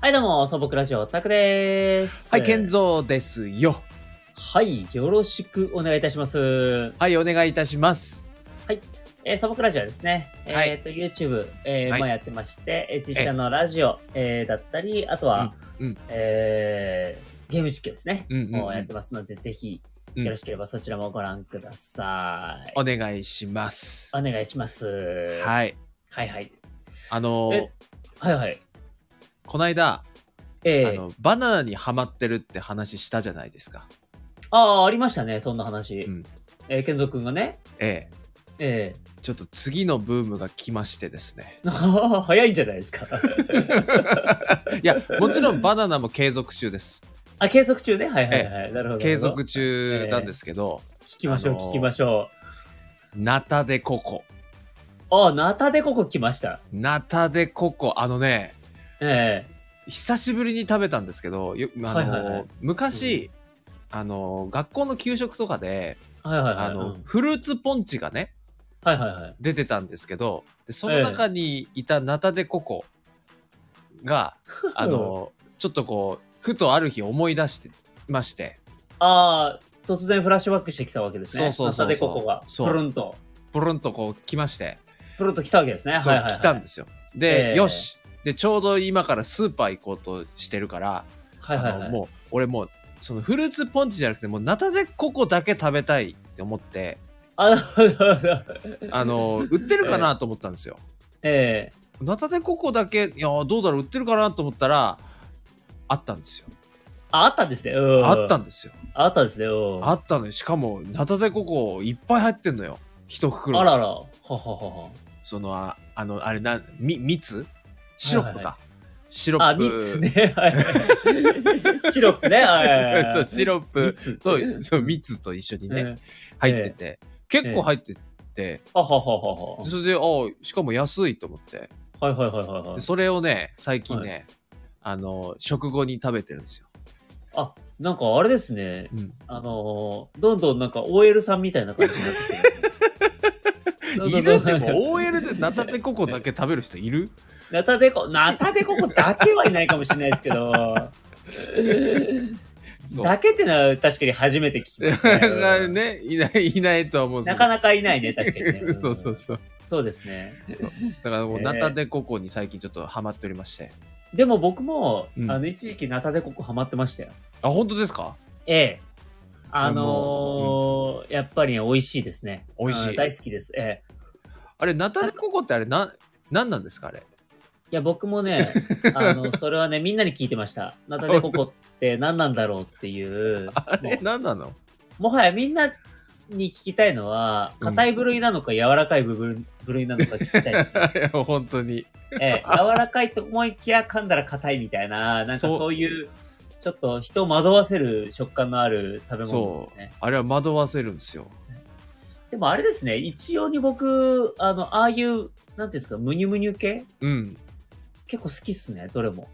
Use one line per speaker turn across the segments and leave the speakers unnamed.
はい、どうも、素朴ラジオ、タクでーす。
はい、健三ですよ。
はい、よろしくお願いいたします。
はい、お願いいたします。
えー、素朴ラジオはですね、
はい
えっ、と、YouTube、えー
はい
もやってまして、えー実写のラジオ、えーだったり、あとは、
うんうん
えーゲーム実況ですね。
うんうんうん
もうやってますので、ぜひ、
うん
よろしければそちらもご覧ください。
お願いします。
お願いします。はい。は
はい。
いはい。
あのー
え、はいはい。
この間、
え
あ
ー、
の、バナナにハマってるって話したじゃないですか。
ああー、ありましたね、そんな話。
うん
えー、健三くんがね、
ええ。
え
ちょっと次のブームが来ましてですね。
え 早いんじゃないですか。
い や、もちろんバナナも継続中です。
あ、継続中ね。はいはいはい。なるほど。
継続。中なんですけど、
聞きましょう、
あのー
聞きましょ
ナタデコ
う。
コ。
あ、ナタデココ来ました。
ナタデココ。あのね、
え
久しぶりに食べたんですけど、よあのー
はいはいはい
昔、あのー学校の給食とかで、
えはいはいはい。
あの、
うん
フルーツポンチがね、
はいはいはい。
出てたんですけど、でその中にいたナタデココ が、あの、ちょっとこう、ふとある日思い出してまして、
あー突然フラッシュバックしてきたわけですね。
そうそうそうそう
ナタデココが、
そう
プルンと、
ポロンとこう来まして、
プルンと来たわけですね。
そう、
はいはいはい。
来たんですよ。で、
ええ
よし。で、ちょうど今からスーパー行こうとしてるから、
はいはいは
あ
い。
のもう、俺もう、そのフルーツポンチじゃなくて、もうナタデココだけ食べたいって思って、
あ、なるほどなるほど。
あの、売ってるかなと思ったんですよ。
ええ
ナタデココだけ、いや、どうだろう、売ってるかなと思ったら、あったんですよ。
あ、あったんですね。うん
あったんですよ。
あったんですね。うん
あったのよ。しかも、ナタデココいっぱい入ってんのよ。一袋。
あらら。ははは
その、ああの、あれな、み、蜜シロップ
はいは
か。シロッ
は。
プ。
あ、蜜。ね。はいはいシロップね。はいはいはい
そう、シロップ
蜜
と
え、
そう、蜜と一緒に
え
ね、入ってて。結構入ってて、
ははははは。
それで、あしかも安いと思って。
はいはいはいはいはい
で。それをね、最近ね、あの、食後に食べてるんですよ。
あ、なんかあれですね。
うん
あのーどんどんなんか OL さんみたいな感じになってきてどんどんど
いるで
んどん
も OL でナタデココだけ食べる人いる
ナタデコ、ナタデココだけはいないかもしれないですけど、
そう
だけってのは確かに初めて聞きましたね
ね、いない、いないとは思うんです
な
け
か
ど。
なかいないね、確かにね。ん
そうそうそう。
そうですね。
だからもう、
えー
ナタデココに最近ちょっとハマっておりまして。
でも僕も、
うん
あの、一時期ナタデココハマってましたよ。
あ、本当ですか
ええ。あのーやっぱりね美味しいですね。
美味しい
あの大好きです。ええ。
あれ、ナタデココってあれ、な、なんなんですかあれ。
いや、僕も ね、あの、それはね、みんなに聞いてました。ナタデココって何なんだろうっていう。
あれ、なんなの
もはやみんなに聞きたいのは、
うん
硬い部類なのか柔らかい部分部類なのか聞きたいです、 ね
いや本当に。
ええ。柔らかいと思いきや噛んだら硬いみたいな、なんか
そう
そういう、ちょっと人を惑わせる食感のある食べ物ですよ
そう
ね。。
あれは惑わせるんですよ。
でもあれですね、一様に僕、あの、ああいう、なんていうんですか、ムニュムニュ系
うん。
結構好きっすね、どれも。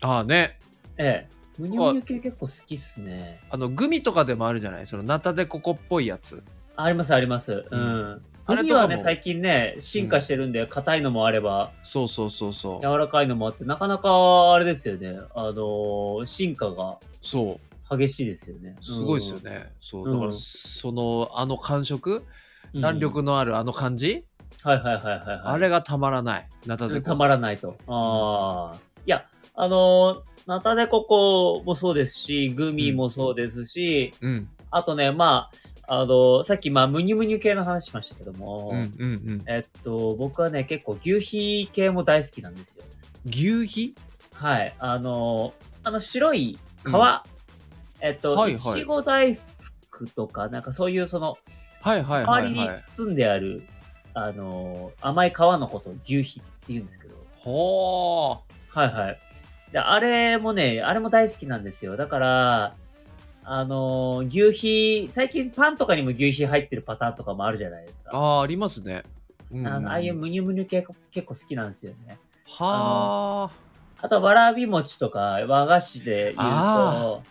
ああね。
ええ。ムニュムニュ系結構好きっすね。
あの、グミとかでもあるじゃないその、ナタデココっぽいやつ。
ありますあります。う。
うんあ
グ
れとかも
ミはね、最近ね、進化してるんで、硬、いのもあれば、
そうそうそうそう。
柔らかいのもあって、なかなか、あれですよね。あのー進化が
そう。
激しいですよね。
すごいですよね。そう。だか
うん
ら、その、あの感触
うん。
弾力のあるあの感じ、
うん。はいはいはいはい、はい。
あれがたまらない。ナタ
うん
デコ
た
コ。
まらないと。ああ。いや、あのーナタデココもそうですし、グミもそうですし、
うん。
あとね、まあ、あのーさっき、まあ、ムニュムニュ系の話しましたけども、
うんうんうん。
えっと、僕はね、結構牛皮系も大好きなんですよ。
牛皮
はい、あの、あの白い皮、
うん
えっと、、
はいはいい
ちご大福とか、なんかそういうその、
はいはいは
周
い
り
は
に
い。
包んである、あの、甘い皮のことを牛皮って言うんですけど、
ほー。
はいはい。で、あれもね、あれも大好きなんですよ。だから、あの、牛皮、最近パンとかにも牛皮入ってるパターンとかもあるじゃないですか。
ああ、ありますね。うん
あのああいうむにゅむにゅ系結構好きなんですよね。
はあ。
あと、わらび餅とか、和菓子で言うと
あ、
好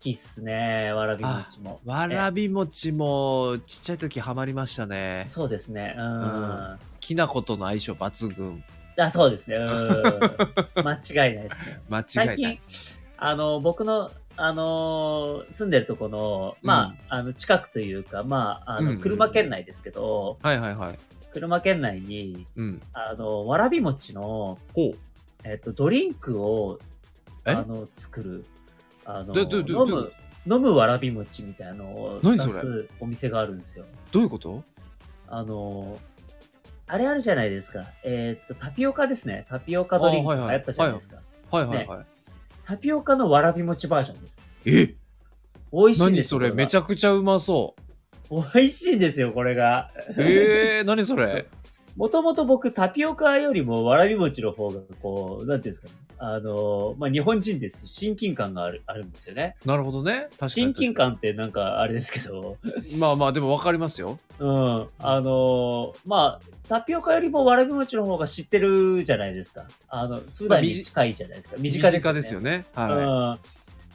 きっすね、わらび餅も。
わらび餅もちっちゃい時ハマりましたね。
そうですね、うん。
うんきな粉との相性抜群。
あ、そうですね。うん 間違いないですね。
間違
最
いない。
近、あの、僕の、あのー住んでるとこの、まあ、あの、近くというか、まあ、あ
うんう
の、
ん
車圏内ですけど、
はいはいはい。
車圏内に、
うん。
あの、わらび餅の、
ほ
えっと、ドリンクを、
え
あの、作る、あの、
どどど
飲む、飲むわらび餅みたいなのを出
何それ
すお店があるんですよ。
どういうこと
あの、あれあるじゃないですか。えっと、タピオカですね。タピオカドリンク
あ
が
はいはい
流行ったじゃないですか。
はいはいはい。
タピオカのわらび餅バージョンです。
え
美味しいんで
何
す
それめち
ゃ。
ゃくちゃうまそう。
美味しいんですよ、これが。
えー、何それ
もともと僕、タピオカよりもわらび餅の方が、こう、なんていうんですかね。あの、まあ、日本人ですし、親近感がある、あるんですよね。
なるほどね。確かに
親近感ってなんかあれですけど、
まあまあ、でもわかりますよ。
うん。あの、まあ、タピオカよりもわらび餅の方が知ってるじゃないですか。あの、普
まあ
段
身
に
近
近いじゃないですか。身近ですよね。
ですよね。は
うん。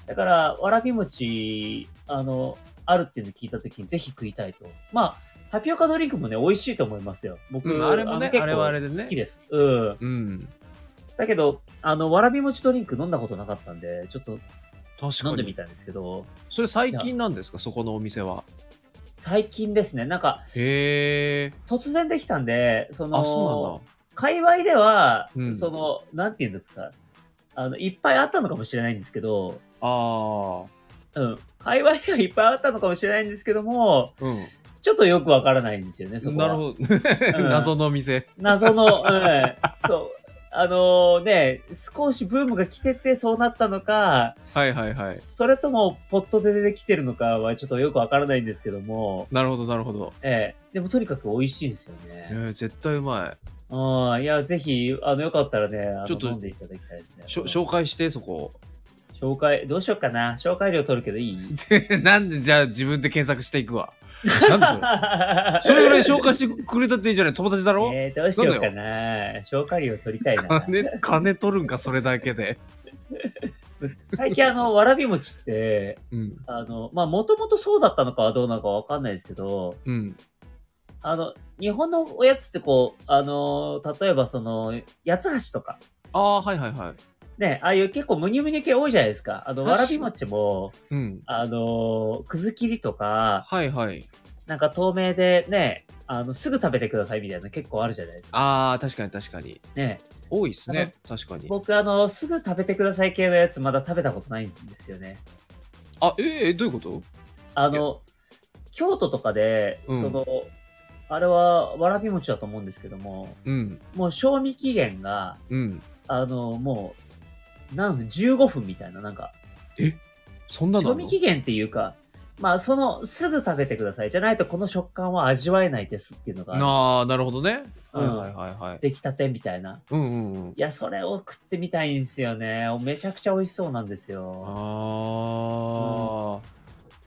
だから、わらび餅、あの、あるっていうのを聞いたときにぜひ食いたいと。まあ、タピオカドリンクもね、美味しいと思いますよ。僕、
うんあれもね
の結構
あれはあれでね
好きです。うん。
い。うん。
だけど、あの、わらび餅ドリンク飲んだことなかったんで、ちょっと
確
飲ん
か
でみ
に。
たんですけど、
それ最近なんですかそこのお店は。
最近ですね、なんか、
へえ。
突然できたんで、その、
あ、そ
界隈では、
うん
その、なんて言うんですか、あの、いっぱいあったのかもしれないんですけど、
うなんだ。
うん。界隈ではいっぱいあったのかもしれないんですけども、
ああ。
ちょっとよくわからないんですよね、
う
そ
ん。
こは。
なるほど。
うん
謎のお店。
謎 の、うん、そう。あのね、少しブームが来ててそうなったのか、
はいはいはい。
それともポットで出てきてるのかはちょっとよくわからないんですけども、
なるほどなるほど。
ええ、でもとにかく美味しいんですよ
え
ね。
ー絶対うまい。
うん、いや、ぜひ、あの、よかったらね、あの
ちょっと
飲んでいただきたいですね。
しょ紹介して、そこ。
紹介、どうしようかな。紹介料取るけどいい
なんで、じゃあ自分で検索していくわ。なんで それそれぐらい紹介してくれたっていいじゃない友達だろ、
えー、どうしようかな。紹介料取りたいな。
金、金取るんか、それだけで。
最近あの、わらび餅って、
うん。
あの、まあ、もともとそうだったのかはどうなのかわかんないですけど、
うん。
あの、日本のおやつってこう、あのー例えばその、八つ橋とか、
ああ、はいはいはい。
ね、ああいう結構ムニュムニュ系多いじゃないですか。あの、
確
わ
からに
び餅も、
うん。
あのーくず切りとか、
はいはい。
なんか透明でね、あの、すぐ食べてくださいみたいな結構あるじゃないですか。
ああ、確かに確かに。
ね、
多いっす
あ
ね。確かに。
僕あの、すぐ食べてください系のやつまだ食べたことないんですよね。
あ、えー、えどういうこと
あの、京都とかで、
うん
その、あれはわらび餅だと思うんですけども、
うん。
もう賞味期限が、
うん。
あの、もう、何分 ?15 分みたいな、なんか、
そんなのあ
賞
んの
味期限っていうか、まあ、その、すぐ食べてください。じゃないと、この食感は味わえないですっていうのが、
ああ、なるほどね。
う
はい
ん
はいはいはい。
出来たてみたいな。
うんうんうん。
いや、それを食ってみたいんですよね。めちゃくちゃ美味しそうなんですよ。
あ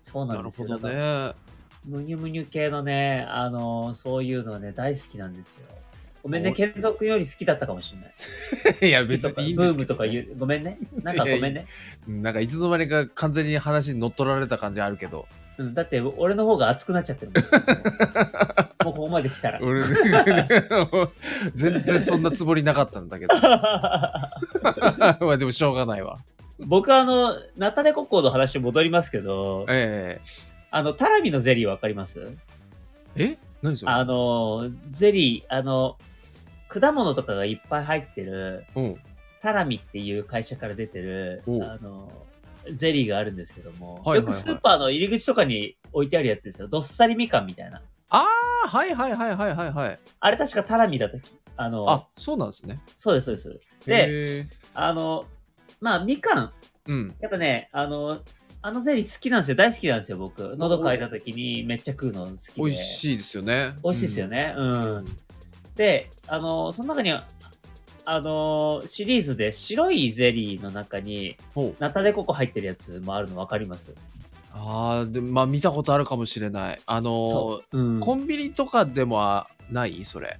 そう
あ、
な
なんる
です
ほ
よ。
ど
だから
ね。
むにゅむにゅ系のね、あの、そういうのはね、大好きなんですよ。ごめんね、
お
健三君より好きだったかもしれない。
いや、
好き
別
とか
にいいん
ブ
です
ーム
け
と
ど
か
ね、
言う、ごめんね。なんかごめんね。
うんなんかいつの間にか完全に話に乗っ取られた感じあるけど。
うん、だって、俺の方が熱くなっちゃってる もん。もうここまで来たら。
俺、 全然そんなつもりなかったんだ けど。まあでもしょうがないわ。
僕あの、ナタデコッコーの話戻りますけど、
え
あの、タラミのゼリーわかります
ええ何それ
あの、ゼリー、あの、果物とかがいっぱい入ってる、
うん。
タラミっていう会社から出てる、
おう
あの、ゼリーがあるんですけども、
はいはいはい
よくスーパーの入り口とかに置いてあるやつですよ。どっさりみかんみたいな。
ああ、はいはいはいはいはいはい。
あれ確かタラミだったき。あの、
あ、そうなんですね。
そうです、そうです。で、
へえ、
あの、まあ、みかん、
うん。
やっぱね、あの、あのゼリー好きなんですよ。大好きなんですよ、僕。喉乾いた時にめっちゃ食うの好きで。
美味しいですよね。
美味しいですよね。うん。
うん。
で、あの、その中には、あの、シリーズで白いゼリーの中に、
ほう
ナタデココ入ってるやつもあるの分かります
ああ、で、まあ見たことあるかもしれない。あのー、
う。うん、
コンビニとかでもあないそれ。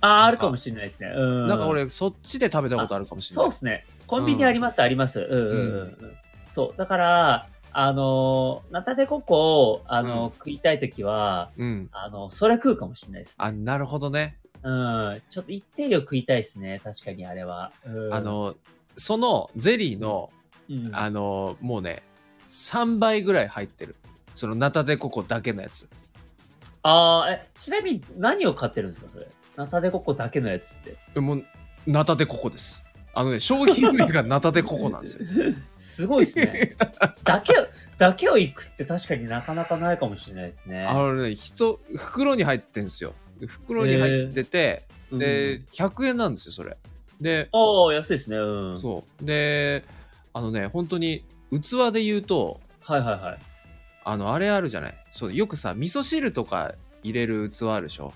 あー、あるかもしれないですね。うん。
なんか、俺、そっちで食べたことあるかもしれ
そう
な
で
い。
すね。コンビニあります、あります。うんうんうん。
う
そう。だから、あの、ナタデココを、あの、
うん
食いたい時は、
うん。
あの、それ食うかもしれないですね。
あ、なるほどね。
うん。ちょっと一定量食いたいですね。確かにあれは。うん
あ、の、そのゼリーの、
うん、
あの、もうね、3倍ぐらい入ってる。そのナタデココだけのやつ。
あーえ、ちなみに何を買ってるんですか、それ。ナタデココだけのやつって。
もう、ナタデココです。あのね、商品名がナタデココなんですよ。
すごいです ね。だけを、だけをいくって確かになかなかないかもしれないですね。
あのね、人、袋に入ってんですよ。袋に入ってて、
うん、
で、100円なんですよ、それ。で、
ああ、安いですね。うん。
そう。で、あのね、本当に、器で言うと、
はいはいはい。
あの、あれあるじゃない。そう、よくさ、味噌汁とか入れる器あるでしょ。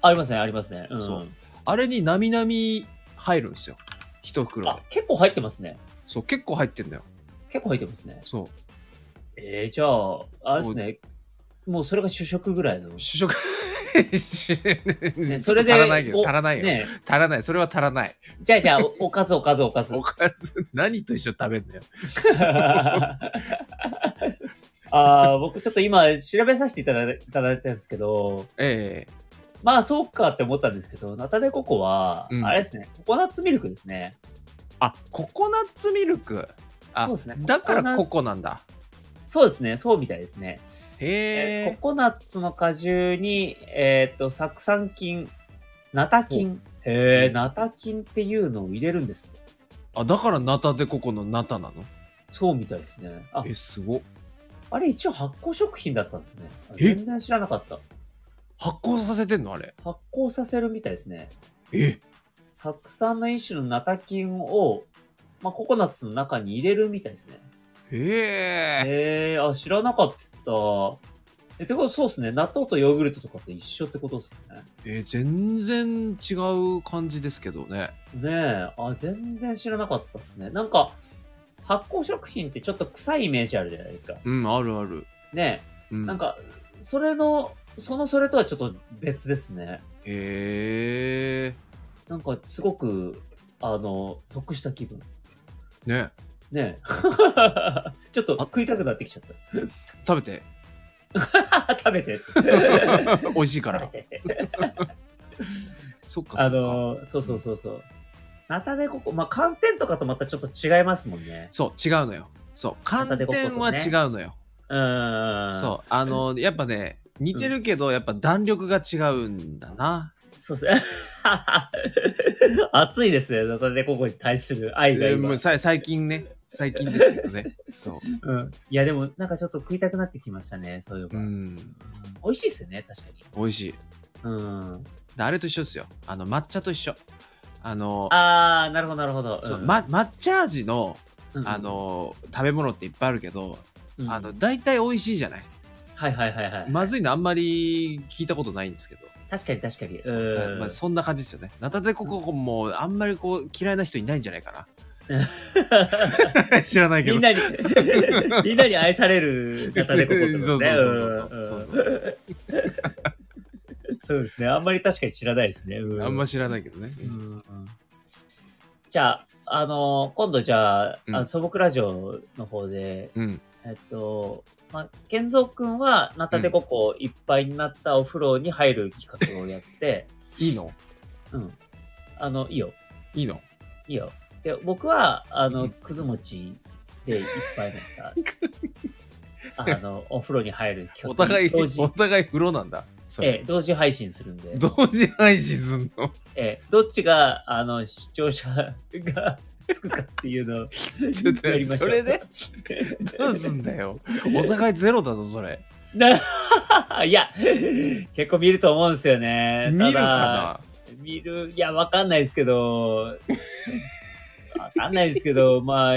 ありますね、ありますね。うん。
そうあれになみなみ入るんですよ。一袋
あ
で。、
結構入ってますね。
そう、結構入ってんだよ。
結構入ってますね。
そう。
えー、じゃあ、あれですね。もうそれが主食ぐらいの。
主食。
それで
足らないけど、
お
足らないよ。
ね
足らない。それは足らない。
えじゃあじゃあ、おおかずお かずおかず
お。かず、何と一緒に食べんだよ。
ああ、僕ちょっと今調べさせていただいただいたんですけど、
ええ
まあそうかって思ったんですけど、ナタデココは
う、ん
あれですね、ココナッツミルクですね。
あ、ココナッツミルク。あ、
そうですね
だ
ココ
か
ナ
らココなんだ。
そうですね、そうみたいですね。えー
へえ。
ココナッツの果汁に、えーっと、酢酸菌、ナタ菌。へえ、ナタ菌っていうのを入れるんですね。
あ、だからナタデココのナタなの
そうみたいですね。あ、
え、すごっ。
あれ一応発酵食品だったんですね。あ
え
全然知らなかった。
発酵させてんのあれ。
発酵させるみたいですね。
え、
酢酸の一種のナタ菌を、まあ、ココナッツの中に入れるみたいですね。
へえ。
へえー、あ、知らなかった。え、ってことそうですね。納豆とヨーグルトとかと一緒ってことですね。
えー、全然違う感じですけどね。
ねえ、あ、全然知らなかったですね。なんか、発酵食品ってちょっと臭いイメージあるじゃないですか。
うん、あるある。
ね
うん
え、なんか、それの、そのそれとはちょっと別ですね。
へえ。
なんか、すごく、あの、得した気分。
ね、
ねえ。 ちょっと
あ
食いたくなってきちゃっ
食 べて。
た。 食 べて。
美味しいから。そっかそ
あ
っか。
のー、そうそうそうそう。ナタデココ、まあ、寒天とかとまたちょっと違いますもんね。
そう、違うのよ。そう、
また
寒
デコポ
天
コ
は
ね
違うのよ。
うーん。
そう、あの、やっぱね、似てるけど、やっぱ弾力が違うんだな。
う。そうっすね。 熱いですね、ナタデココに対する愛が
で
今。
もうさ最近ね、最近ですけど ね。そう。
うん。いや、でも、なんかちょっと食いたくなってきましたね、そういう
う
ば。うん
ん、
美味しいですよね、確かに。
美味しい。
うん。
であれと一緒ですよ。あの、抹茶と一緒。あの、
あー、なるほど、なるほど。
そう
うん
ま、抹茶味の、
うん
あの、食べ物っていっぱいあるけど、
うん
あの、大体美味しいじゃない。
はいはいはいはい。
まずいのあんまり聞いたことないんですけど。
確かに確かに。
そうだから
う
まあ
ん。
そんな感じですよね。ナタデココもあんまりこう嫌いな人いないんじゃないか な。知らないけ
み
ど
ん。なに、みんなに 愛されるナタデココってことね。
そうそうそうそうそう
うんそうですね。あんまり確かに知らないですね。う
あんま知らないけどね。
うんじゃあ、あの今度じゃあ、あの
うん
素朴ラジオの方で、
うん。
えっと、まあ、健三くんは、ナタデココいっぱいになったお風呂に入る企画をやって、
いいの
うん。あの、いいよ。
いいの
いいよ。で、僕は、あ
う
の、
ん
くず餅でいっぱいにな った、あの、お風呂に入る企画
お互い、
同時
お、互い風呂なんだ。そ
え
れ
え、同時配信するんで、
同時配信すんの
ええ、どっちが、あの、視聴者がつくかっていうのを、
ちょっと
やりましょう
それでどうすん だよ。お互いゼロだぞ、それ。
な いや、結構見ると思うんですよね。
見
た
る
だ
か
見る、いや、わかんないですけ ど、わかんないですけど、まあ、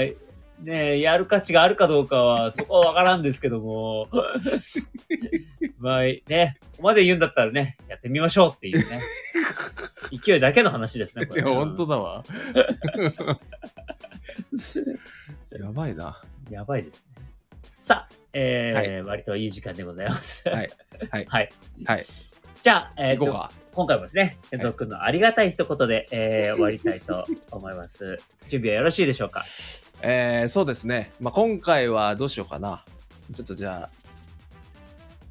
ねえやる価値があるかどうかは、そこはわからんですけども、まあ、ね、ここまで言うんだったらね、やってみましょうって いうね、勢いだけの話ですね、こ
な。い
れ
や、
ね。
本当だ わ。やばいな。
やばいですね。さあ、えー
はい
割といい時間でございます。
はい。はい
はい。
はい。
じゃあ、えー
行
と
こうか。
今回もですね、遠藤君のありがたい一言で、えー終わりたいと思います。 準備はよろしいでしょうか
えー、そうですね。まあ、今回はどうしようかな。ちょっとじゃあ、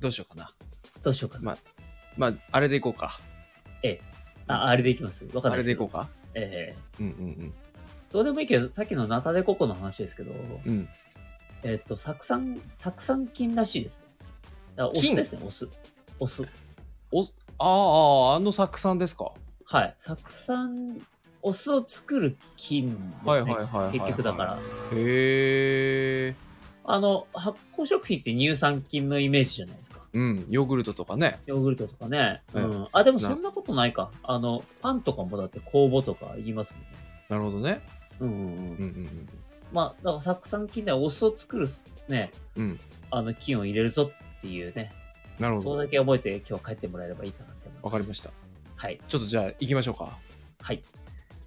どうしようかな。
どうしようかな。
まあ、あれでいこうか。
ええあ、あれでいきます。わかん
あ
ない
れ
す
で
け
い
ど
こうか。
ええ
うんうん
どうでもいいけど、さっきのナタデココの話ですけど、
うん。うん。
えっと、酢酸、酢酸菌らしいですね。だからお酢
菌
ですね、お酢。お酢。
おああ、あの作さんですか。
はい。酢酸、お酢を作る菌で
はい
す
はいはいはいは
ね
い。
結局だから。
へえ。
あの、発酵食品って乳酸菌のイメージじゃないですか。
うん、ヨーグルトとかね。
ヨーグルトとかね。う
うん
ん。あ、でもそんなことないか。あの、パンとかもだって酵母とか言いますもんね。
なるほどね。
うんうんうん
う。んうん
まあ、だから酢酸菌ではお酢を作るね、
うん。うん、
あの菌を入れるぞっていうね、
なるほ
それ
ど。
だけ覚えて今日帰ってもらえればいいかなって思います。
わかりま
た。
した。
はい。
ちょっとじゃあ行きましょうか。
はい。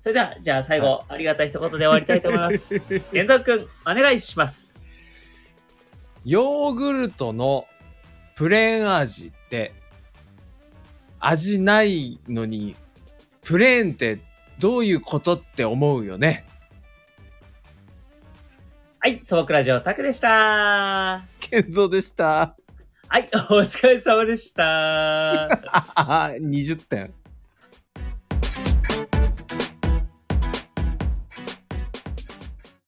それでは、じゃあ最後、ありがたい一言で終わりたいと思い ます。玄三くん、お願いします。
ヨーグルトのプレーン味って味ないのにプレーンってどういうことって思うよね。
はい、素朴ラジオ、タクでした。は
健三でした。
い、お疲れ様でした。
あはは20点。